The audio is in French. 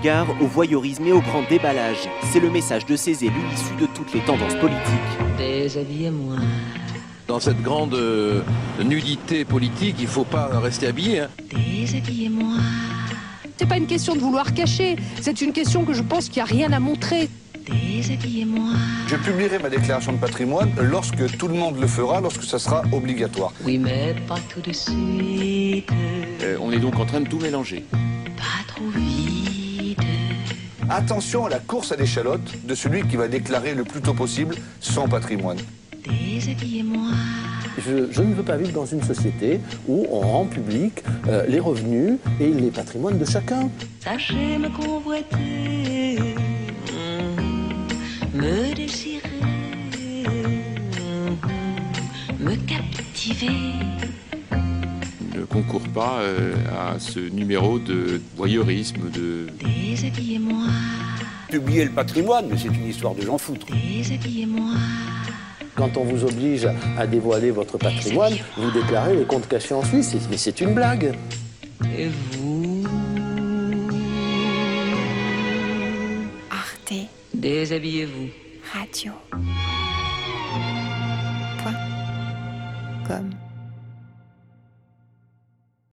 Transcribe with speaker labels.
Speaker 1: égard au voyeurisme et au grand déballage. C'est le message de ces élus issus de toutes les tendances politiques.
Speaker 2: Déshabillez-moi.
Speaker 3: Dans cette grande euh, nudité politique, il ne faut pas rester habillé. hein.
Speaker 2: Déshabillez-moi.
Speaker 4: C'est pas une question de vouloir cacher, c'est une question que je pense qu'il n'y a rien à montrer.
Speaker 2: Déshabillez-moi.
Speaker 5: Je publierai ma déclaration de patrimoine lorsque tout le monde le fera, lorsque ça sera obligatoire.
Speaker 2: Oui, mais pas tout de suite.
Speaker 6: Euh, on est donc en train de tout mélanger.
Speaker 2: Pas trop vite.
Speaker 5: Attention à la course à l'échalote de celui qui va déclarer le plus tôt possible son patrimoine.
Speaker 2: Déshabillez-moi.
Speaker 7: Je, je ne veux pas vivre dans une société où on rend public euh, les revenus et les patrimoines de chacun.
Speaker 2: Sachez me convoiter. mm, Me désirer. mm, Me captiver.
Speaker 6: Ne concours pas euh, à ce numéro de voyeurisme, de
Speaker 2: Déshabillez-moi.
Speaker 8: Publier le patrimoine, mais c'est une histoire de gens foutre.
Speaker 2: Déshabillez-moi.
Speaker 7: Quand on vous oblige à dévoiler votre patrimoine, vous déclarez les comptes cachés en Suisse. Mais c'est une blague.
Speaker 2: Et vous
Speaker 9: Arte
Speaker 2: Déshabillez-vous.
Speaker 9: Radio. Point. Comme.